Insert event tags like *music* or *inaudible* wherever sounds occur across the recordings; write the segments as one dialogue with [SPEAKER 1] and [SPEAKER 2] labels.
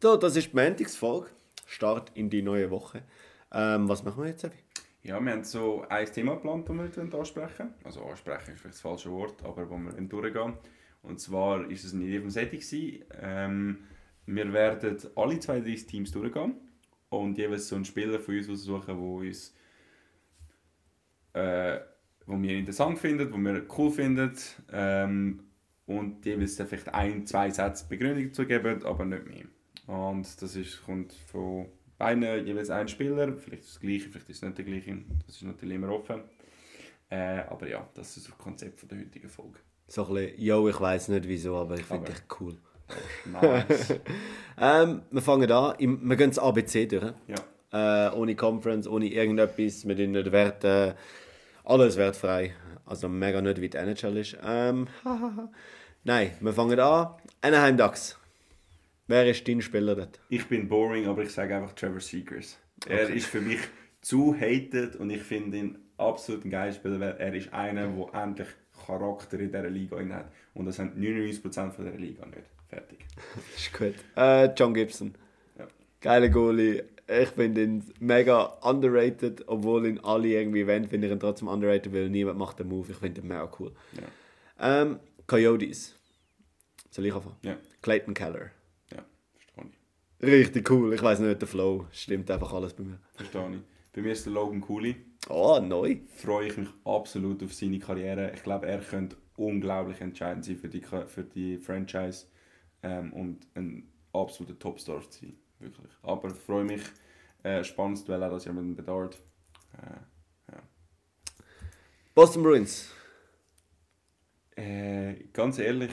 [SPEAKER 1] So, das ist die Montagsfolge. Start in die neue Woche. Ähm, was machen wir jetzt, Evi?
[SPEAKER 2] Ja, wir haben so ein Thema geplant, das wir heute ansprechen wollen. Also ansprechen ist vielleicht das falsche Wort, aber wo wir durchgehen. Und zwar ist es in jedem Setting. gewesen. Ähm, wir werden alle 32 Teams durchgehen und jeweils so einen Spieler von uns aussuchen, wo uns äh, wo wir interessant finden, wo wir cool finden ähm, und jeweils dann vielleicht ein, zwei Sätze Begründung zu geben, aber nicht mehr. Und das ist, kommt von beiden jeweils ein Spieler, vielleicht ist es das gleiche, vielleicht ist es nicht der gleiche, das ist natürlich immer offen. Äh, aber ja, das ist das Konzept von der heutigen Folge.
[SPEAKER 1] So ein bisschen, yo, ich weiß nicht wieso, aber ich finde
[SPEAKER 2] Aber-
[SPEAKER 1] dich cool.
[SPEAKER 2] Nice.
[SPEAKER 1] Ähm, wir fangen an, im, wir gehen das ABC durch.
[SPEAKER 2] ja.
[SPEAKER 1] Äh, ohne Conference, ohne irgendetwas, mit den Werten. Alles wertfrei. Also mega nicht, wie die NHL ist. Ähm, *laughs* hahaha. Nein, wir fangen an. Anaheim Ducks. Wer ist dein Spieler dort?
[SPEAKER 2] Ich bin boring, aber ich sage einfach Trevor Seegers. Er ist für mich zu hated und ich finde ihn absolut ein geiler Spieler, weil er ist einer, der endlich Charakter in dieser Liga inne hat. Und das haben 99% von dieser Liga nicht. Fertig.
[SPEAKER 1] Ist gut. Äh, John Gibson.
[SPEAKER 2] Ja.
[SPEAKER 1] Geiler Goalie. Ich finde ihn mega underrated, obwohl ihn alle irgendwie wollen, finde ich ihn trotzdem underrated, weil niemand macht den Move. Ich finde ihn mega cool.
[SPEAKER 2] Ja.
[SPEAKER 1] Ähm, Coyotes. Soll ich anfangen?
[SPEAKER 2] Ja,
[SPEAKER 1] Clayton Keller.
[SPEAKER 2] ja. Verstehe ich.
[SPEAKER 1] Richtig cool. Ich weiß nicht, der Flow. Stimmt einfach alles bei mir.
[SPEAKER 2] Verstehe ich. Bei mir ist der Logan Cooley.
[SPEAKER 1] Oh, neu.
[SPEAKER 2] Freue ich mich absolut auf seine Karriere. Ich glaube, er könnte unglaublich entscheidend sein für die, Ka- für die Franchise ähm, und ein absoluter Topstar zu sein. Wirklich. Aber ich freue mich. Äh, spannendes Duell, auch das ja mit dem Bedard. Äh,
[SPEAKER 1] Boston Bruins.
[SPEAKER 2] äh, ganz ehrlich,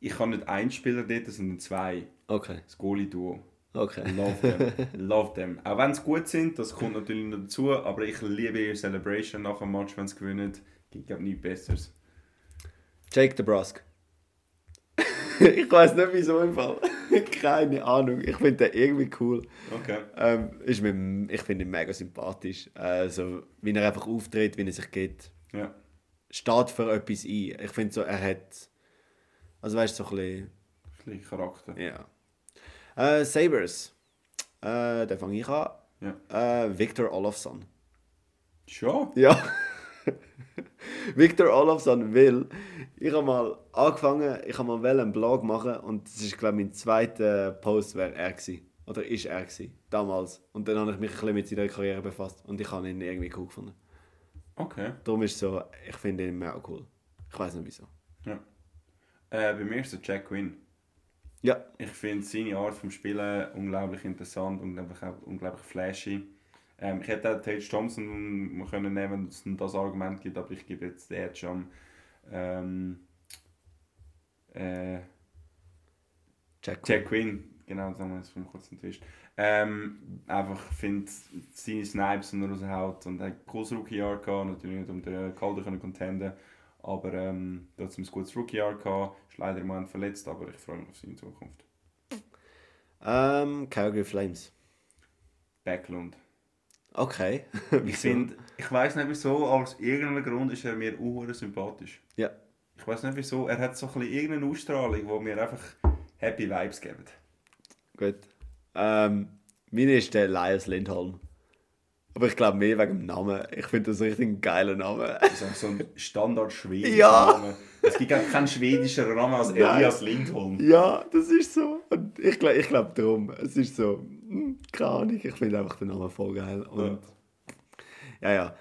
[SPEAKER 2] ich habe nicht einen Spieler dort, es sind zwei.
[SPEAKER 1] Okay,
[SPEAKER 2] Das Goalie-Duo.
[SPEAKER 1] okay.
[SPEAKER 2] Love them. Love them. Auch wenn sie gut sind, das kommt natürlich noch dazu, aber ich liebe ihre Celebration nach dem Match, wenn sie gewinnen. Gibt ja nichts Besseres.
[SPEAKER 1] Jake DeBrusk. *laughs* ich weiß nicht wieso im Fall. *laughs* Keine Ahnung. Ich finde den irgendwie cool.
[SPEAKER 2] Okay.
[SPEAKER 1] Ähm, ist mir, ich finde ihn mega sympathisch. Äh, so, wie er einfach auftritt, wie er sich geht.
[SPEAKER 2] Ja.
[SPEAKER 1] Steht für etwas ein. Ich finde so, er hat. Also weißt du, so ein bisschen.
[SPEAKER 2] Ein bisschen Charakter.
[SPEAKER 1] Ja. Äh, Sabres. Äh, da fange ich an.
[SPEAKER 2] Ja.
[SPEAKER 1] Äh, Victor Olofsson.
[SPEAKER 2] Schon?
[SPEAKER 1] Ja. *laughs* Victor Olofsson will. Ich habe mal angefangen, ich habe mal wollen einen Blog machen und das ist glaube ich, mein zweiter Post wäre er gewesen. Oder ist er gewesen, damals. Und dann habe ich mich ein bisschen mit seiner Karriere befasst und ich habe ihn irgendwie cool gefunden.
[SPEAKER 2] Okay.
[SPEAKER 1] Darum ist es so, ich finde ihn mega cool. Ich weiß nicht wieso.
[SPEAKER 2] Ja. Äh, bei mir ist der Jack Quinn.
[SPEAKER 1] Ja,
[SPEAKER 2] Ich finde seine Art vom Spielen unglaublich interessant und einfach auch unglaublich flashy. Ähm, ich hätte auch Tate Thompson können nehmen dass es das Argument gibt, aber ich gebe jetzt der schon ähm, äh,
[SPEAKER 1] Jack.
[SPEAKER 2] Jack Quinn, genau, das haben wir jetzt vom kurzen Twist. Ähm, einfach finde seine Snipes, die er raushaut und er hat ein cooles Rookie-Jahr gehabt, natürlich nicht um den Calder können contenden, aber ähm, trotzdem ein gutes Rookie-Jahr gehabt, ist leider im Moment verletzt, aber ich freue mich auf seine Zukunft.
[SPEAKER 1] Ähm, Calgary Flames.
[SPEAKER 2] Backlund.
[SPEAKER 1] Okay. *laughs*
[SPEAKER 2] Ich finde, ich weiß nicht wieso, aber aus irgendeinem Grund ist er mir unhure sympathisch.
[SPEAKER 1] Ja.
[SPEAKER 2] Ich weiß nicht wieso, er hat so ein bisschen irgendeine Ausstrahlung, wo mir einfach Happy Vibes gibt.
[SPEAKER 1] Gut. Ähm, meine ist der Elias Lindholm. Aber ich glaube mehr wegen dem Namen. Ich finde das richtig einen geilen Namen.
[SPEAKER 2] Das ist einfach so ein standard schwedischer
[SPEAKER 1] Ja.
[SPEAKER 2] Name. Es gibt auch keinen schwedischeren Namen als
[SPEAKER 1] Nein.
[SPEAKER 2] Elias Lindholm.
[SPEAKER 1] ja, das ist so. Und ich glaube ich glaub darum. Es ist so, hm, keine Ahnung, ich finde einfach den Namen voll geil. Und, ja, ja.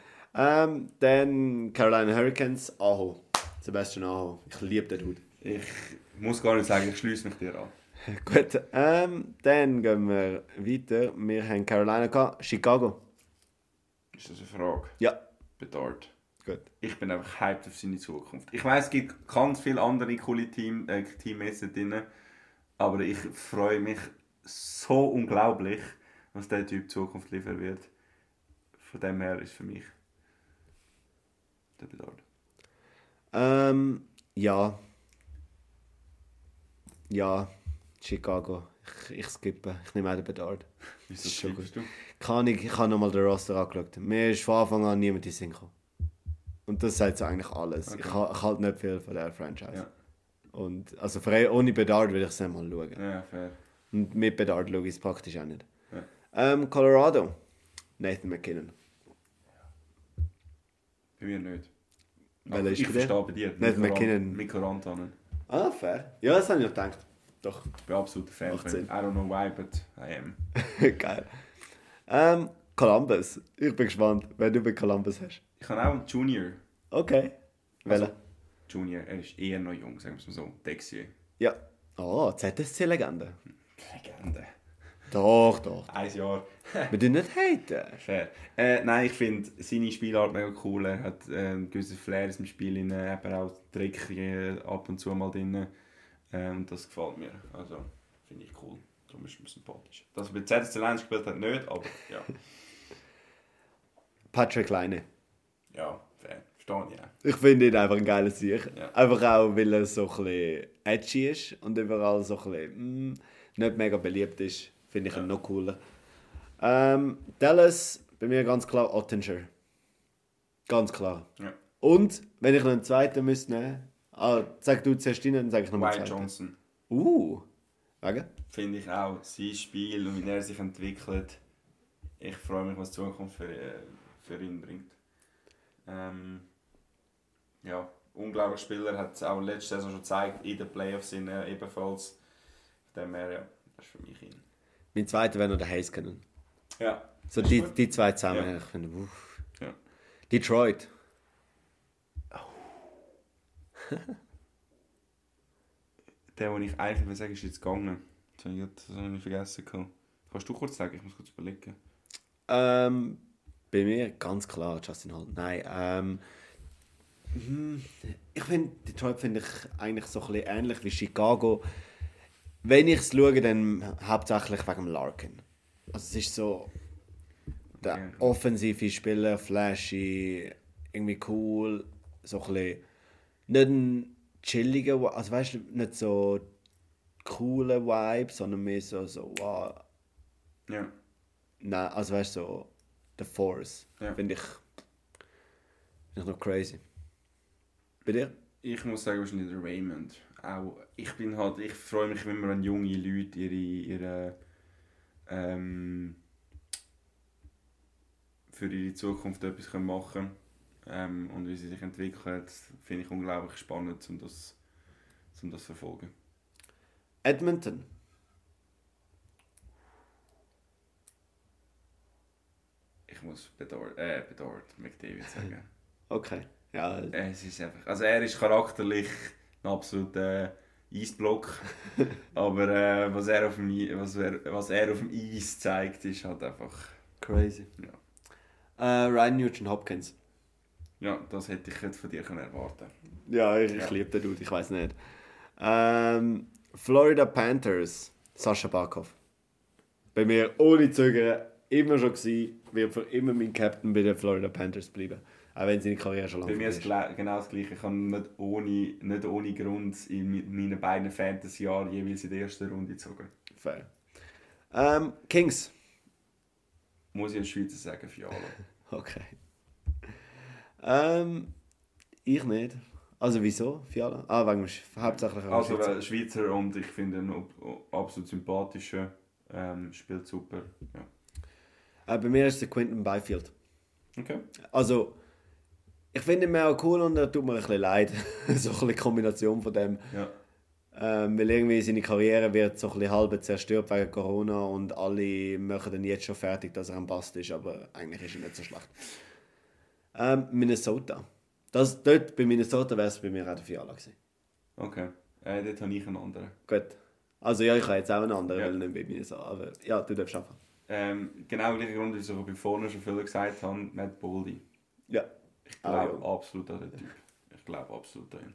[SPEAKER 1] Ähm, dann Carolina Hurricanes, Aho. Sebastian Aho. Ich liebe den Dude.
[SPEAKER 2] Ich muss gar nicht sagen, ich schließe mich dir an.
[SPEAKER 1] Gut, ähm, dann gehen wir weiter. Wir haben Carolina gehabt, Chicago.
[SPEAKER 2] Ist das eine Frage?
[SPEAKER 1] Ja,
[SPEAKER 2] Bedauert.
[SPEAKER 1] gut.
[SPEAKER 2] Ich bin einfach hyped auf seine Zukunft. Ich weiß, es gibt ganz viele andere coole Team, äh, Teammates da drin, aber ich freue mich so unglaublich, was der Typ Zukunft liefern wird. Von dem her ist für mich der Bedard.
[SPEAKER 1] Ähm, ja. Ja, Chicago. Ich, ich skippe. Ich nehme auch den Bedard.
[SPEAKER 2] Wieso
[SPEAKER 1] Das ist schon
[SPEAKER 2] schreibst du?
[SPEAKER 1] Kann ich, ich habe nochmal den Roster angeschaut. Mir ist von Anfang an niemand in den Sinn gekommen. Und das sagt so eigentlich alles.
[SPEAKER 2] Okay.
[SPEAKER 1] Ich, ha- ich halte nicht viel von der Franchise.
[SPEAKER 2] Ja.
[SPEAKER 1] Und, also für, ohne Bedard würde ich es einmal schauen.
[SPEAKER 2] Ja, fair.
[SPEAKER 1] Und mit Bedard schaue ich es praktisch auch nicht. Ähm, Colorado. Nathan McKinnon.
[SPEAKER 2] Bei mir nicht.
[SPEAKER 1] Welcher
[SPEAKER 2] Aber
[SPEAKER 1] ist
[SPEAKER 2] ich
[SPEAKER 1] bei dir?
[SPEAKER 2] verstehe bei dir.
[SPEAKER 1] Nicht McKinnon.
[SPEAKER 2] Mikro Rantanen.
[SPEAKER 1] Ah, fair. Ja, das habe ich noch gedacht. Doch. *laughs*
[SPEAKER 2] Ich bin absoluter Fan
[SPEAKER 1] Macht
[SPEAKER 2] von
[SPEAKER 1] Sinn.
[SPEAKER 2] ihm. I don't know why, but I am.
[SPEAKER 1] Geil. Ähm, Columbus. Ich bin gespannt, wer du bei Columbus hast.
[SPEAKER 2] Ich habe auch einen nou Junior.
[SPEAKER 1] Okay.
[SPEAKER 2] Also?
[SPEAKER 1] Welcher?
[SPEAKER 2] Junior, er ist eher noch jung, sagen wir es mal so. Dexier.
[SPEAKER 1] Ja. Oh, ZSC-Legende.
[SPEAKER 2] Legende.
[SPEAKER 1] Doch, doch.
[SPEAKER 2] Ein Jahr.
[SPEAKER 1] Wir dürfen nicht haten.
[SPEAKER 2] Fair. Äh, nein, ich finde seine Spielart mega cool. Er hat äh, einen gewissen Flair im Spiel, drin, eben auch Trick äh, ab und zu mal drin. Äh, und das gefällt mir. Also, finde ich cool. Darum ist er mir sympathisch. Dass er bei ZSC Lions gespielt hat, nicht, aber ja.
[SPEAKER 1] Patrick Leine.
[SPEAKER 2] Ja, fair. Verstehe ich auch.
[SPEAKER 1] Ich finde ihn einfach ein geiler Sieg.
[SPEAKER 2] Ja.
[SPEAKER 1] Einfach auch, weil er so ein bisschen edgy ist und überall so ein bisschen mm, nicht mega beliebt ist. Finde ich ihn noch cooler. Ähm, Dallas, bei mir ganz klar Ottinger. Ganz klar.
[SPEAKER 2] Ja.
[SPEAKER 1] Und, wenn ich noch einen zweiten müsste nehmen, ah, sag du zuerst deinen, dann sag ich nochmal
[SPEAKER 2] Wyatt
[SPEAKER 1] einen zweiten.
[SPEAKER 2] Johnson.
[SPEAKER 1] Uh, wegen?
[SPEAKER 2] finde ich auch, sein Spiel und wie er sich entwickelt. Ich freue mich, was die Zukunft für, äh, für ihn bringt. Ähm, ja, unglaublicher Spieler, hat es auch letzte Saison schon gezeigt, in den Playoffs sind er ebenfalls. Von dem her, ja, das ist für mich ihn.
[SPEAKER 1] Mein zweiter wäre noch der Hayes können.
[SPEAKER 2] Ja,
[SPEAKER 1] So die, die zwei zusammen.
[SPEAKER 2] Ja.
[SPEAKER 1] Ich finde, uff.
[SPEAKER 2] Ja.
[SPEAKER 1] Detroit.
[SPEAKER 2] der, den ich eigentlich will sagen, ist jetzt gegangen. Das habe ich, grad- das habe ich vergessen. gehabt. Kannst du kurz sagen? Ich muss kurz überlegen.
[SPEAKER 1] Ähm, bei mir ganz klar Justin Holland. Nein, ähm, hm, ich finde Detroit finde ich eigentlich so ein bisschen ähnlich wie Chicago. Wenn ich es schaue, dann hauptsächlich wegen dem Larkin. Also es ist so der
[SPEAKER 2] Okay.
[SPEAKER 1] offensive Spieler, flashy, irgendwie cool, so ein bisschen nicht ein chilliger, Vi- also weißt du, nicht so cooler Vibe, sondern mehr so, so wow,
[SPEAKER 2] Ja,
[SPEAKER 1] Nein, also weißt du, so, The Force
[SPEAKER 2] Ja.
[SPEAKER 1] finde ich, find ich noch crazy. Bei dir?
[SPEAKER 2] ich muss sagen, wahrscheinlich der Raymond. Auch, ich bin halt, ich freue mich immer, wenn junge Leute ihre, ihre ähm, für ihre Zukunft etwas können machen können. Ähm, und wie sie sich entwickelt, finde ich unglaublich spannend, um das, um das zu verfolgen.
[SPEAKER 1] Edmonton.
[SPEAKER 2] Ich muss bedauert, äh, bedauert McDavid sagen.
[SPEAKER 1] Okay. Ja,
[SPEAKER 2] Es ist einfach, also er ist charakterlich ein absoluter Eisblock, aber äh, was, er auf dem, Ei- was, er, was er auf dem Eis zeigt, ist halt einfach,
[SPEAKER 1] crazy.
[SPEAKER 2] ja.
[SPEAKER 1] Äh, Ryan Nugent Hopkins.
[SPEAKER 2] Ja, das hätte ich jetzt von dir können erwarten
[SPEAKER 1] Ja, ich,
[SPEAKER 2] Ja.
[SPEAKER 1] liebe den Dude, ich weiß nicht. Ähm, Florida Panthers. Sascha Barkov. Bei mir ohne Zögern immer schon gewesen, wird für immer mein Captain bei den Florida Panthers bleiben. Auch wenn seine Karriere schon lange
[SPEAKER 2] Bei mir ist
[SPEAKER 1] vorbei
[SPEAKER 2] es gla- genau das gleiche. Ich habe nicht ohne, nicht ohne Grund in mi- meinen beiden Fantasy-Jahren jeweils in der ersten Runde gezogen.
[SPEAKER 1] ist. Fair. Ähm, Kings.
[SPEAKER 2] Muss ich als Schweizer sagen, Fiala.
[SPEAKER 1] Okay. Ähm, ich nicht. Also wieso? Fiala? Ah, wegen dem Sch hauptsächlich wegen dem
[SPEAKER 2] Also
[SPEAKER 1] Schweizer.
[SPEAKER 2] äh, Schweizer und ich finde ihn ob- absolut sympathischer, ähm, spielt super. Ja.
[SPEAKER 1] Äh, bei mir ist es Quentin Byfield.
[SPEAKER 2] Okay.
[SPEAKER 1] Also, ich finde ihn auch cool und er tut mir ein bisschen leid. *laughs* so ein bisschen Kombination von dem.
[SPEAKER 2] Ja.
[SPEAKER 1] Ähm, weil irgendwie seine Karriere wird so ein bisschen halb zerstört wegen Corona und alle machen ihn jetzt schon fertig, dass er am Bast ist, aber eigentlich ist er nicht so schlecht. Ähm, Minnesota. Das, dort bei Minnesota wäre es bei mir auch der Fiala gewesen.
[SPEAKER 2] Okay. Äh, dort habe ich einen anderen.
[SPEAKER 1] Gut. Also ja, ich habe jetzt auch einen anderen,
[SPEAKER 2] Ja.
[SPEAKER 1] weil nicht bei mir so. Aber ja, du darfst schaffen.
[SPEAKER 2] Ähm, genau gleicher Grund, wie ich es vorne schon viel gesagt habe, Matt Boldy.
[SPEAKER 1] Ja.
[SPEAKER 2] Ich
[SPEAKER 1] Ah,
[SPEAKER 2] glaube absolut an den Typ. Ich glaube absolut an ihn.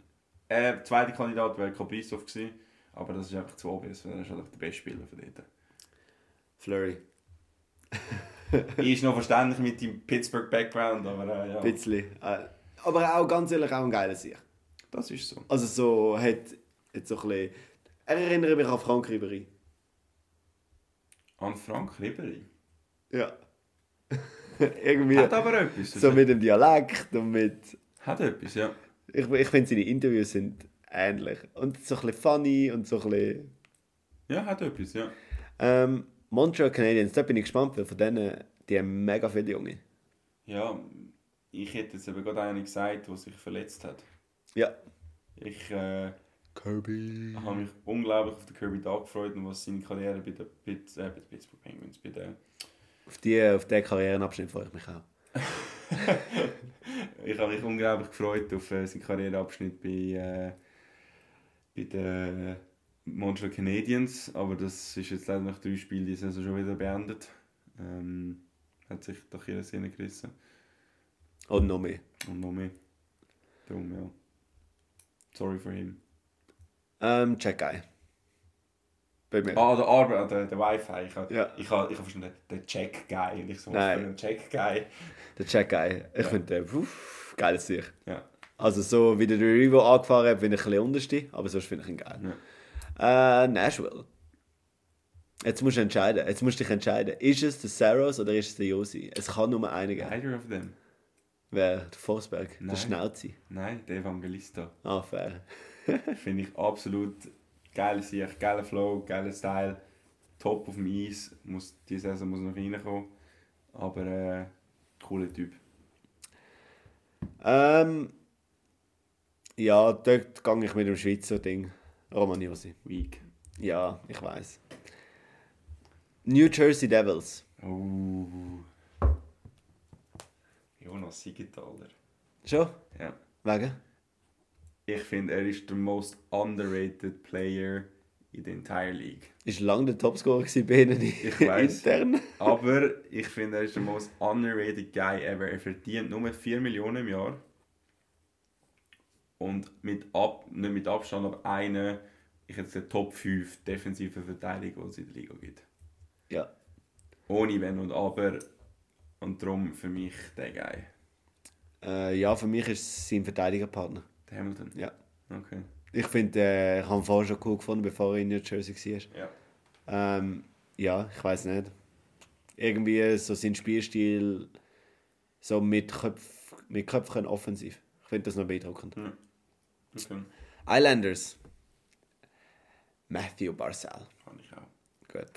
[SPEAKER 2] Äh, der zweite Kandidat wäre Kaprizov gewesen, aber das ist einfach zu obvious, weil er ist halt einfach der beste Spieler von dort.
[SPEAKER 1] *laughs* Flurry.
[SPEAKER 2] ich ist noch verständlich mit dem Pittsburgh-Background, aber äh, ja.
[SPEAKER 1] Ein bisschen. Äh, aber auch ganz ehrlich, auch ein geiler Sieg.
[SPEAKER 2] das ist so.
[SPEAKER 1] Also so hat jetzt so ein bisschen... Er erinnert mich an Frank Ribery.
[SPEAKER 2] An Frank Ribery.
[SPEAKER 1] Ja. *laughs* Irgendwie
[SPEAKER 2] Hat aber etwas.
[SPEAKER 1] so mit dem Dialekt und mit...
[SPEAKER 2] Hat etwas, ja.
[SPEAKER 1] Ich, ich finde, seine Interviews sind ähnlich. Und so ein bisschen funny und so ein bisschen...
[SPEAKER 2] Ja, hat etwas, ja.
[SPEAKER 1] Ähm, Montreal Canadiens, da bin ich gespannt, weil von denen, die haben mega viele Junge.
[SPEAKER 2] Ja, ich hätte jetzt eben gerade einen gesagt, der sich verletzt hat.
[SPEAKER 1] Ja.
[SPEAKER 2] Ich äh,
[SPEAKER 1] Kirby.
[SPEAKER 2] habe mich unglaublich auf den Kirby Dog gefreut und was seine Karriere bei den Pit- äh, bei den Pittsburgh Penguins, bei den
[SPEAKER 1] Auf, die, auf diesen Karrierenabschnitt freue ich mich auch.
[SPEAKER 2] Ich habe mich unglaublich gefreut auf äh, seinen Karriereabschnitt bei, äh, bei den Montreal Canadiens, aber das ist jetzt leider nach drei Spielen die Saison schon wieder beendet. Ähm, hat sich doch jeder Sinn gerissen
[SPEAKER 1] Und noch mehr.
[SPEAKER 2] und noch mehr. Darum ja. Sorry for him.
[SPEAKER 1] Ähm, Jack Guy. Bei mir.
[SPEAKER 2] Ah, der Arbeit, der, der Wi-Fi. Ich habe
[SPEAKER 1] Ja.
[SPEAKER 2] ich hab, ich hab verstanden, der Check Guy. Und ich so,
[SPEAKER 1] Nein.
[SPEAKER 2] was für ein Check Guy.
[SPEAKER 1] Der Jack Guy. Ich finde den, uff, geiles Sieg.
[SPEAKER 2] Ja.
[SPEAKER 1] Also so wie der Rivo angefahren hat, bin ich ein bisschen unterste, aber sonst finde ich ihn geil. Äh, Nashville. Jetzt musst du entscheiden. Jetzt musst du dich entscheiden. Ist es der Saros oder ist es der Josi? Es kann nur einen geben.
[SPEAKER 2] Either of them.
[SPEAKER 1] Wer? Der Forsberg. Der
[SPEAKER 2] Nein.
[SPEAKER 1] Schnauzi.
[SPEAKER 2] Nein, der Evangelista.
[SPEAKER 1] Ah, fair.
[SPEAKER 2] Finde ich absolut geiler Sieg, geiler Flow, geiler Style. Top auf dem Eis. Muss, die Saison muss noch reinkommen. Aber äh, cooler Typ.
[SPEAKER 1] Ähm, ja, dort gehe ich mit dem Schweizer Ding. Roman Josi.
[SPEAKER 2] Weak.
[SPEAKER 1] Ja, ich weiß. New Jersey Devils.
[SPEAKER 2] Oh. Jonas Siegenthaler.
[SPEAKER 1] Schon?
[SPEAKER 2] Ja.
[SPEAKER 1] Wegen?
[SPEAKER 2] Ich finde, er ist der most underrated player in der entire League.
[SPEAKER 1] Ist lange der Topscorer gewesen bei ihnen
[SPEAKER 2] Ich weiss.
[SPEAKER 1] intern.
[SPEAKER 2] Aber ich finde, er ist der most underrated guy ever. Er verdient nur 4 Millionen im Jahr. Und mit ab, nicht mit Abstand, aber einer, ich hätte gesagt, Top 5 defensive Verteidiger, die es in der Liga gibt.
[SPEAKER 1] Ja.
[SPEAKER 2] Ohne Wenn und Aber. Und darum für mich der Guy.
[SPEAKER 1] Äh, ja, für mich ist es sein Verteidigerpartner.
[SPEAKER 2] Der Hamilton.
[SPEAKER 1] Ja.
[SPEAKER 2] Okay.
[SPEAKER 1] Ich finde, äh, ich habe ihn vorher schon cool gefunden, bevor er in New Jersey
[SPEAKER 2] Ja.
[SPEAKER 1] war. Ähm, ja, ich weiß nicht. Irgendwie so sein Spielstil so mit Köpfen, mit Köpfen offensiv. Ich finde das noch beeindruckend.
[SPEAKER 2] Okay.
[SPEAKER 1] Islanders. Matthew Barcel.
[SPEAKER 2] Kann ich auch.
[SPEAKER 1] Gut.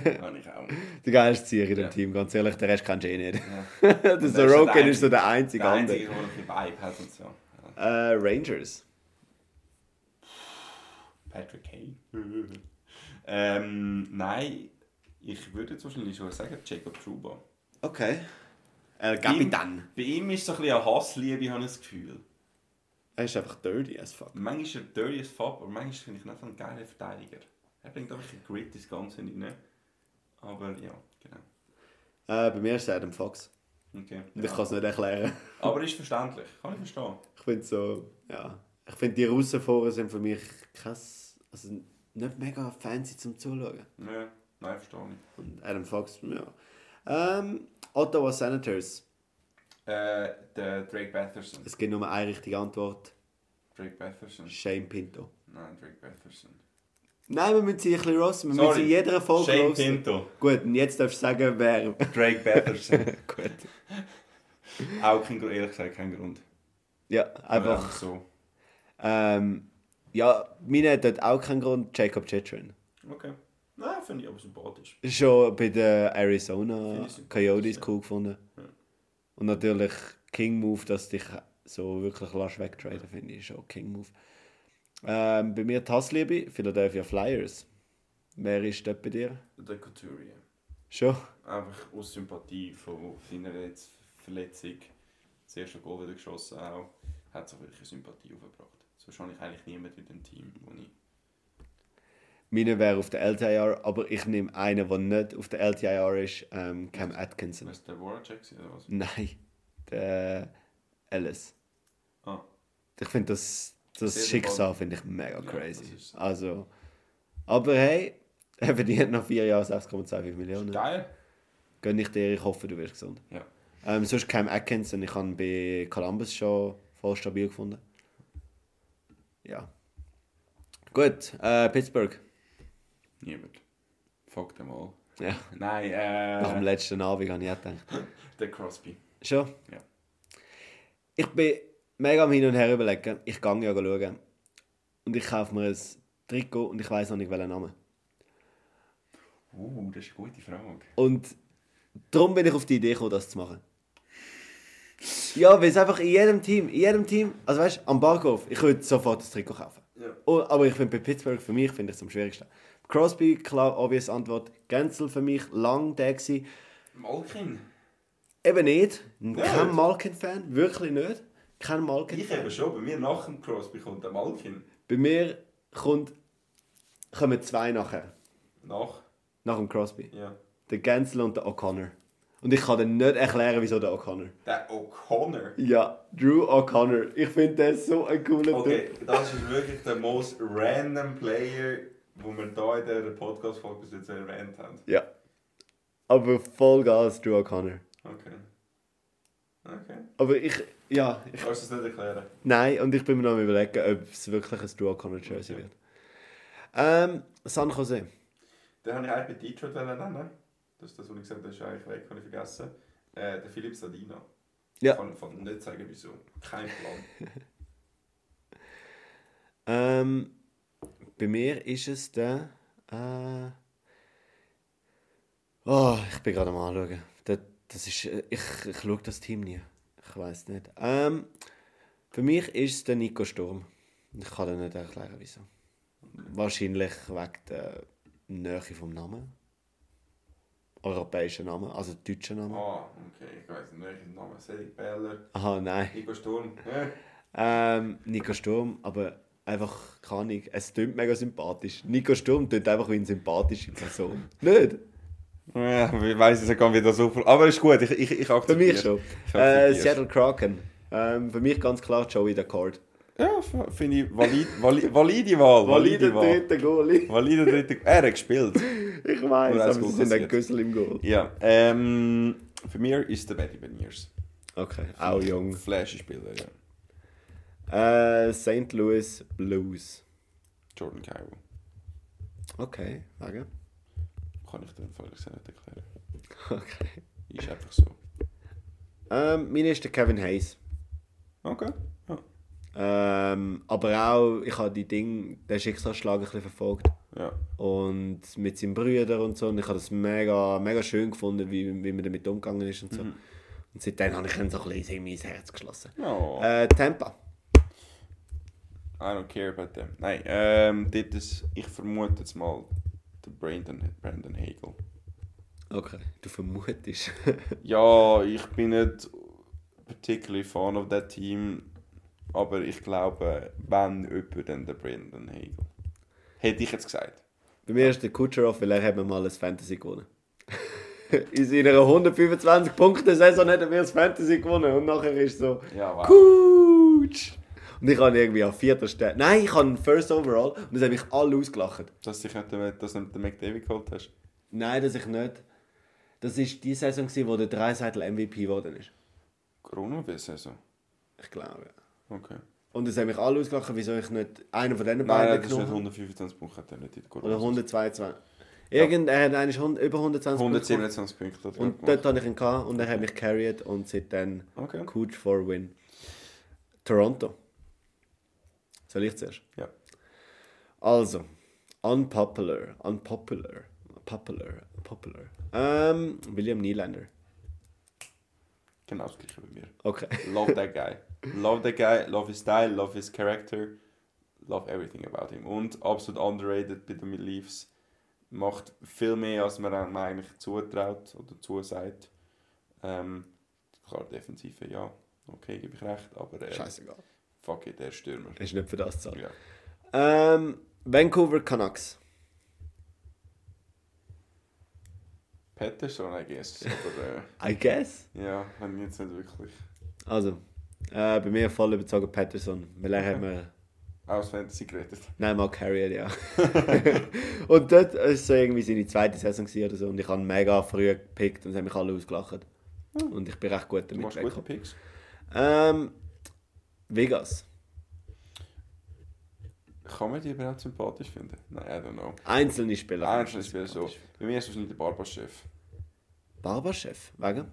[SPEAKER 1] *laughs*
[SPEAKER 2] Kann ich auch.
[SPEAKER 1] der geilste Zieher in dem
[SPEAKER 2] Ja.
[SPEAKER 1] Team, ganz ehrlich, der Rest kannst du eh nicht. *laughs*
[SPEAKER 2] Ja.
[SPEAKER 1] der
[SPEAKER 2] ist so der
[SPEAKER 1] Sorokin
[SPEAKER 2] einzige-
[SPEAKER 1] ist so der einzige
[SPEAKER 2] Der einzige,
[SPEAKER 1] andere.
[SPEAKER 2] der noch ein Vibe hat und so. Ja.
[SPEAKER 1] Äh, Rangers.
[SPEAKER 2] Patrick Kane. *laughs* ähm, nein, ich würde jetzt wahrscheinlich schon sagen Jacob Truba.
[SPEAKER 1] Okay. Äh,
[SPEAKER 2] Bei ihm- Bei ihm ist so ein bisschen eine Hassliebe, habe ich das Gefühl.
[SPEAKER 1] Er ist einfach dirty as fuck.
[SPEAKER 2] Manchmal ist er dirty as fuck, aber manchmal finde ich ihn einfach einen geilen Verteidiger. Er bringt einfach ein Grit ins Ganze rein. Aber ja, genau.
[SPEAKER 1] Äh, bei mir ist es Adam Fox.
[SPEAKER 2] Okay. genau.
[SPEAKER 1] Und ich kann es nicht erklären. *laughs*
[SPEAKER 2] Aber ist verständlich, kann ich verstehen.
[SPEAKER 1] Ich finde so, ja. Ich finde die Russen vorher sind für mich kein, also nicht mega fancy zum Zuschauen.
[SPEAKER 2] Ja, nein, verstehe ich.
[SPEAKER 1] Und Adam Fox, ja. Ähm, Ottawa Senators.
[SPEAKER 2] Äh, der Drake Batherson.
[SPEAKER 1] Es gibt nur eine richtige Antwort.
[SPEAKER 2] Drake Batherson?
[SPEAKER 1] Shane Pinto.
[SPEAKER 2] Nein, Drake Batherson.
[SPEAKER 1] Nein, wir müssen sie ein bisschen rosten. Wir müssen sie in jeder Folge
[SPEAKER 2] Shane
[SPEAKER 1] rosten.
[SPEAKER 2] Pinto.
[SPEAKER 1] Gut, und jetzt darfst du sagen, wer... *laughs*
[SPEAKER 2] Drake Batherson. *laughs*
[SPEAKER 1] Gut.
[SPEAKER 2] Auch kein Grund, ehrlich gesagt, kein Grund.
[SPEAKER 1] Ja,
[SPEAKER 2] Aber
[SPEAKER 1] einfach...
[SPEAKER 2] so.
[SPEAKER 1] Ähm, ja, meine hat dort auch keinen Grund. Jacob Chitrin.
[SPEAKER 2] Okay. Nein, finde ich aber sympathisch.
[SPEAKER 1] Schon bei den
[SPEAKER 2] Finde
[SPEAKER 1] Arizona
[SPEAKER 2] ich sympathisch,
[SPEAKER 1] Coyotes
[SPEAKER 2] ja.
[SPEAKER 1] cool gefunden.
[SPEAKER 2] Ja.
[SPEAKER 1] Und natürlich King Move, dass dich so wirklich lässt wegtraden, finde ich schon King Move. Ähm, bei mir die Hassliebe, Philadelphia Flyers. Wer ist dort bei dir?
[SPEAKER 2] Der Couturier.
[SPEAKER 1] Schon?
[SPEAKER 2] Einfach aus Sympathie von seiner jetzt Verletzung. Das erste Goal wieder geschossen auch. Hat sich wirklich Sympathie aufgebracht. Sonst habe ich eigentlich niemanden in dem Team, wo ich...
[SPEAKER 1] Meine wäre auf der LTIR, aber ich nehme einen, der nicht auf der LTIR ist, ähm, Cam Atkinson.
[SPEAKER 2] Weißt du, der Voracek gewesen oder was?
[SPEAKER 1] *laughs* Nein, der Alice.
[SPEAKER 2] Ah.
[SPEAKER 1] Ich finde das,
[SPEAKER 2] Sehr
[SPEAKER 1] das Schicksal finde ich mega
[SPEAKER 2] Ja,
[SPEAKER 1] crazy.
[SPEAKER 2] das ist-
[SPEAKER 1] Also, aber hey, *laughs* er verdient nach vier Jahren 6,25 Millionen.
[SPEAKER 2] Geil.
[SPEAKER 1] Gönn ich dir, ich hoffe, du wirst gesund.
[SPEAKER 2] Ja.
[SPEAKER 1] Ähm, sonst Cam Atkinson, ich habe ihn bei Columbus schon voll stabil gefunden. Ja. Gut, äh, Pittsburgh.
[SPEAKER 2] Niemand. Fuck dem all.
[SPEAKER 1] Ja,
[SPEAKER 2] Nein,
[SPEAKER 1] nach dem
[SPEAKER 2] äh...
[SPEAKER 1] letzten Abend habe ich auch gedacht.
[SPEAKER 2] Der Crosby.
[SPEAKER 1] Schon?
[SPEAKER 2] Ja.
[SPEAKER 1] Ich bin mega am Hin und Her überlegen. Ich gehe ja schauen. Und ich kaufe mir ein Trikot und ich weiß noch nicht, welchen Namen.
[SPEAKER 2] Uh, das ist eine gute Frage.
[SPEAKER 1] Und darum bin ich auf die Idee gekommen, das zu machen. Ja, weil es einfach in jedem Team, in jedem Team, also weißt du, am Barkov, ich würde sofort das Trikot kaufen.
[SPEAKER 2] Ja.
[SPEAKER 1] Oh, aber ich finde bei Pittsburgh, für mich finde ich es am schwierigsten. Crosby, klar, obvious Antwort. Gänzel für mich, lang der gewesen.
[SPEAKER 2] Malkin?
[SPEAKER 1] Eben nicht.
[SPEAKER 2] Nicht?
[SPEAKER 1] Kein Malkin-Fan, wirklich nicht. Kein
[SPEAKER 2] Ich
[SPEAKER 1] Malkin-Fan.
[SPEAKER 2] eben schon, bei mir nach dem Crosby kommt der Malkin.
[SPEAKER 1] Bei mir kommt, kommen zwei nachher,
[SPEAKER 2] Nach,
[SPEAKER 1] nach dem Crosby.
[SPEAKER 2] ja.
[SPEAKER 1] Der Gänzel und der O'Connor. Und ich kann dir nicht erklären, wieso der O'Connor.
[SPEAKER 2] Der O'Connor.
[SPEAKER 1] Ja, Drew O'Connor. Ich finde der so ein cooler
[SPEAKER 2] Okay,
[SPEAKER 1] Typ.
[SPEAKER 2] das ist wirklich der most random Player, den wir hier in dieser Podcast-Folge bis jetzt erwähnt haben.
[SPEAKER 1] Ja. Aber Vollgas Drew O'Connor.
[SPEAKER 2] Okay. Okay.
[SPEAKER 1] Aber ich, ja, ich,
[SPEAKER 2] Kannst du das nicht erklären?
[SPEAKER 1] nein, und ich bin mir noch am überlegen, ob es wirklich ein Drew O'Connor Jersey
[SPEAKER 2] Okay.
[SPEAKER 1] wird. Ähm, San Jose.
[SPEAKER 2] Den habe ich eigentlich bei Detroit nennen. Das ist das, was ich gesagt habe, das ist eigentlich weg, habe ich vergessen. Äh, der Philipp Sadina.
[SPEAKER 1] Ja.
[SPEAKER 2] Ich kann, kann nicht sagen, wieso. Kein Plan.
[SPEAKER 1] Ähm, bei mir ist es der, äh, oh, ich bin gerade am anschauen. Das, das ist, äh, ich, ich schaue das Team nie. Ich weiß nicht. Ähm, für mich ist es der Nico Sturm. Ich kann dir nicht erklären, wieso. Wahrscheinlich wegen der Nähe vom Namen. Europäischen Namen, also deutschen Namen.
[SPEAKER 2] Ah, okay, ich weiß nicht, welchen Namen. Cedric Beller,
[SPEAKER 1] Aha, nein.
[SPEAKER 2] Nico Sturm. Ja.
[SPEAKER 1] Ähm, Nico Sturm, aber einfach keine Ahnung. Es tönt mega sympathisch. Nico Sturm tönt einfach wie eine sympathische Person. Nicht?
[SPEAKER 2] Ja, ich weiß es gar nicht, wie das so Aber ist gut, ich, ich, ich
[SPEAKER 1] Für
[SPEAKER 2] akzeptiere
[SPEAKER 1] mich schon. Äh, Seattle Kraken. Ähm, für mich ganz klar Joey Daccord.
[SPEAKER 2] Ja, f- finde ich valid, valid, valide Wahl. Valide Wahl.
[SPEAKER 1] Goalie.
[SPEAKER 2] Valide dritte. Er hat gespielt.
[SPEAKER 1] *laughs* Ich weiß,
[SPEAKER 2] Oder
[SPEAKER 1] aber
[SPEAKER 2] als
[SPEAKER 1] sie
[SPEAKER 2] Goal
[SPEAKER 1] sind ein
[SPEAKER 2] kassiert.
[SPEAKER 1] Güssel im Goal.
[SPEAKER 2] Ja, ähm, für mich ist der Betty Beniers.
[SPEAKER 1] Okay, auch jung.
[SPEAKER 2] Flash-Spieler, ja.
[SPEAKER 1] Äh, St. Louis Blues.
[SPEAKER 2] Jordan Cairo.
[SPEAKER 1] Okay, wegen.
[SPEAKER 2] Kann ich dir im Fall gesagt nicht erklären.
[SPEAKER 1] *laughs* Okay.
[SPEAKER 2] Ist einfach so.
[SPEAKER 1] Ähm, mein ist der Kevin Hayes.
[SPEAKER 2] Okay. Ja.
[SPEAKER 1] Ähm, aber auch, ich habe die Ding, den Schicksalsschlag ein bisschen verfolgt.
[SPEAKER 2] ja.
[SPEAKER 1] und mit seinen Brüdern und so und ich habe das mega, mega schön gefunden, wie, wie man damit umgegangen ist und so. Und seitdem habe ich ihn so ein bisschen in mein Herz geschlossen.
[SPEAKER 2] No,
[SPEAKER 1] Äh, Tampa.
[SPEAKER 2] Eh, I don't care about them. Nein, ähm, dit ist, ich vermute jetzt mal der Brandon, Brandon Hagel.
[SPEAKER 1] Okay, du vermutest. *laughs*
[SPEAKER 2] Ja, ich bin nicht particularly fan of that team, aber ich glaube, wenn jemand, dann der Brandon Hagel. Hätte ich jetzt gesagt.
[SPEAKER 1] Bei mir ist der Kucherov, weil er hat mir mal ein Fantasy gewonnen. *laughs* in seiner 125-Punkte-Saison hat er mir das Fantasy gewonnen und nachher ist so...
[SPEAKER 2] Ja, wow.
[SPEAKER 1] Kutsch! Und ich habe irgendwie an vierter Stelle... Nein, ich habe First Overall und das haben mich alle ausgelacht.
[SPEAKER 2] Dass dich nicht der, dass du nicht den McDavid geholt hast.
[SPEAKER 1] Nein, das ich nicht. Das war die Saison, gewesen, wo der Dreiseitel MVP geworden ist.
[SPEAKER 2] Corona-Saison.
[SPEAKER 1] Ich glaube.
[SPEAKER 2] also. Okay.
[SPEAKER 1] Und es haben mich alle ausgelacht, wieso ich nicht einen von diesen
[SPEAKER 2] Nein,
[SPEAKER 1] beiden
[SPEAKER 2] nein, das ist nicht
[SPEAKER 1] genommen habe.
[SPEAKER 2] 125 Punkte, hat er nicht in die
[SPEAKER 1] Oder
[SPEAKER 2] Corona.
[SPEAKER 1] 122. Irgend, er hat eigentlich hund- über 120 Punkte gemacht.
[SPEAKER 2] 127 Punkte. hat er
[SPEAKER 1] Und
[SPEAKER 2] gemacht.
[SPEAKER 1] dort hatte ich ihn gehabt und er hat mich carried und seitdem
[SPEAKER 2] Okay.
[SPEAKER 1] Coach for Win. Toronto. Soll ich zuerst?
[SPEAKER 2] Ja.
[SPEAKER 1] Also, unpopular, unpopular, popular, popular. Ähm, William Nylander.
[SPEAKER 2] Genau das gleiche bei mir.
[SPEAKER 1] Okay. *laughs*
[SPEAKER 2] Love that guy. Love that guy, love his style, love his character, love everything about him. Und absolut underrated bei den Leafs. Macht viel mehr, als man ihm eigentlich zutraut oder zusagt. Ähm, klar, Defensive, ja. Okay, gebe ich recht, aber äh,
[SPEAKER 1] Scheißegal.
[SPEAKER 2] fuck it, der Stürmer.
[SPEAKER 1] Ist nicht für das zu
[SPEAKER 2] Ja.
[SPEAKER 1] Ähm, Vancouver Canucks.
[SPEAKER 2] Patterson, I guess. Aber
[SPEAKER 1] I guess.
[SPEAKER 2] äh, ja, wenn jetzt nicht wirklich.
[SPEAKER 1] Also, äh, bei mir voll überzogen Patterson, weil er hat mir
[SPEAKER 2] Aus Fantasy geredet.
[SPEAKER 1] nein, mal carried,
[SPEAKER 2] *laughs*
[SPEAKER 1] ja. und dort war es so irgendwie seine zweite Saison gewesen oder so und ich habe ihn mega früh gepickt und es haben mich alle ausgelacht. Und ich bin recht gut
[SPEAKER 2] Hm. Du
[SPEAKER 1] damit
[SPEAKER 2] machst gute
[SPEAKER 1] weggekommen.
[SPEAKER 2] Picks.
[SPEAKER 1] Ähm, Vegas.
[SPEAKER 2] Kann man die überhaupt sympathisch finden? Nein, I don't know.
[SPEAKER 1] Einzelne Spieler.
[SPEAKER 2] Einzelne Spieler so. Bei mir ist es wahrscheinlich der Barbaschef.
[SPEAKER 1] Barberchef, wegen?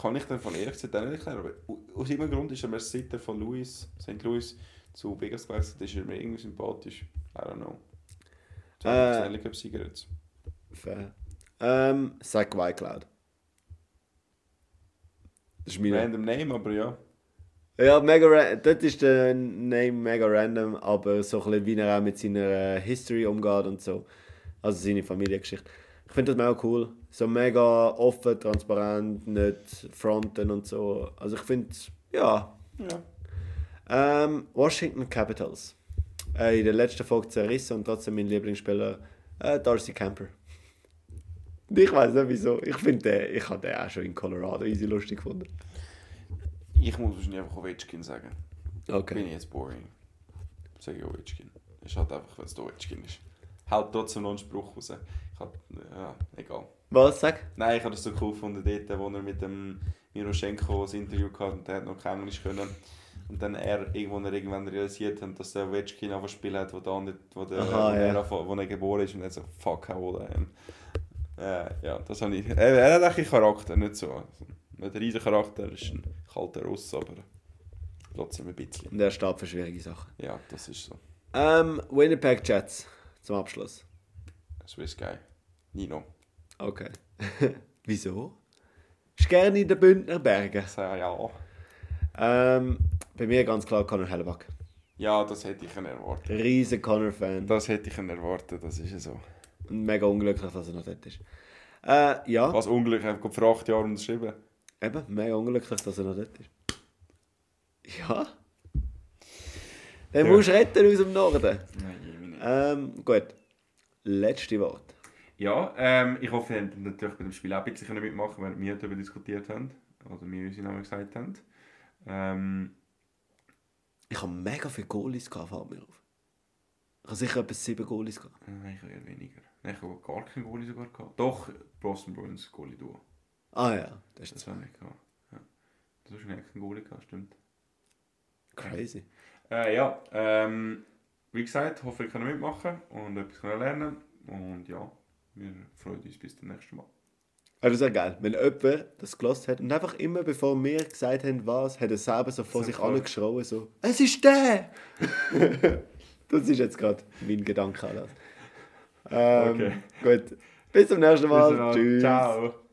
[SPEAKER 2] Kann ich dann von ehrlich gesagt auch nicht erklären, aber au- aus irgendeinem Grund ist er mir seit er von Louis, St. Louis zu Vegas gewechselt ist, ist er mir irgendwie sympathisch. I don't know.
[SPEAKER 1] Äh.
[SPEAKER 2] Stanley Cup Sieger jetzt.
[SPEAKER 1] Fair. Ähm, sag Wycloud. Das ist meine.
[SPEAKER 2] Random Name, aber ja.
[SPEAKER 1] Ja, mega ra- dort ist der Name mega random, aber so ein bisschen, wie er auch mit seiner äh, History umgeht und so. Also seine Familiengeschichte. Ich finde das mega cool. So mega offen, transparent, nicht fronten und so. Also ich finde, ja.
[SPEAKER 2] Ja.
[SPEAKER 1] Ähm, Washington Capitals. Äh, in der letzten Folge zerrissen und trotzdem mein Lieblingsspieler äh, Darcy Camper. Ich weiß nicht wieso. Ich finde, den- ich habe den auch schon in Colorado easy lustig gefunden.
[SPEAKER 2] Ich muss wahrscheinlich einfach Ovechkin sagen. Bin
[SPEAKER 1] Okay.
[SPEAKER 2] ich jetzt boring. Sage ich Ovechkin. Ist halt einfach, weil es der Ovechkin ist. Halt trotzdem noch einen Spruch raus. Ich hab, ja, egal.
[SPEAKER 1] Was? Sag?
[SPEAKER 2] Nein, ich habe das so cool gefunden, dort, wo er mit dem Miroschenko das Interview hatte und der hat noch kein Englisch können. Und dann er, irgendwo er irgendwann realisiert hat, dass der Ovechkin einfach spielt hat, wo der andere, wo der,
[SPEAKER 1] Aha, ja.
[SPEAKER 2] wo er, anfängt- wo er geboren ist und er so, fuck, how old I am. Äh, ja, das habe ich. Er, er hat eigentlich Charakter, nicht so. Also, Nicht ein riesen Charakter, er ist ein kalter Russ, aber trotzdem ein bisschen.
[SPEAKER 1] Und er steht für schwierige Sachen.
[SPEAKER 2] Ja, das ist so.
[SPEAKER 1] Ähm, Winnipeg Jets zum Abschluss.
[SPEAKER 2] Swiss Guy. Nino.
[SPEAKER 1] Okay. *laughs* Wieso? Ist gerne in den Bündner Bergen.
[SPEAKER 2] Ich sage ja.
[SPEAKER 1] Ähm, bei mir ganz klar Conor Hellebuck.
[SPEAKER 2] Ja, das hätte ich können erwarten.
[SPEAKER 1] Riesen Conor-Fan.
[SPEAKER 2] Das hätte ich können erwarten, das ist ja so.
[SPEAKER 1] Und Mega unglücklich, dass er noch dort ist. Äh, ja,
[SPEAKER 2] Was unglücklich, ich habe vor acht Jahren unterschrieben.
[SPEAKER 1] eben, mega unglücklich, dass er noch dort ist. Ja. Den
[SPEAKER 2] Ja.
[SPEAKER 1] musst du retten aus dem Norden.
[SPEAKER 2] Nein, Jimmy nicht.
[SPEAKER 1] Ähm, gut. Letzte Wort.
[SPEAKER 2] Ja, ähm, ich hoffe, ihr habt natürlich bei dem Spiel auch ein bisschen mitmachen können, weil wir darüber diskutiert haben. Oder wir unsere Namen gesagt haben. Ähm,
[SPEAKER 1] Ich habe mega viele Goalies gehabt, fällt mir auf. Ich habe sicher etwa sieben Goalies gehabt.
[SPEAKER 2] nein, ich habe eher weniger. Nein, ich habe gar keinen Goalie sogar gehabt. Doch, Boston Bruins Goalie Duo.
[SPEAKER 1] Ah ja, das ist
[SPEAKER 2] Das habe ich gehabt. Ja. Du hast eigentlich keinen Goalie gehabt, stimmt.
[SPEAKER 1] crazy.
[SPEAKER 2] Äh, ja, ähm, wie gesagt, hoffe, ihr könnt mitmachen und etwas können lernen. Und ja, wir freuen uns bis zum nächsten Mal.
[SPEAKER 1] Also das ist ja geil, wenn jemand das gelost hat und einfach immer bevor wir gesagt haben, was, hat er selber so vor
[SPEAKER 2] Das ist
[SPEAKER 1] sich
[SPEAKER 2] voll.
[SPEAKER 1] angeschrien, so, es ist der! *laughs* das ist jetzt gerade mein Gedanke. Anlass. Ähm,
[SPEAKER 2] Okay.
[SPEAKER 1] Gut, bis zum nächsten Mal.
[SPEAKER 2] Bis dann.
[SPEAKER 1] Tschüss.
[SPEAKER 2] Ciao.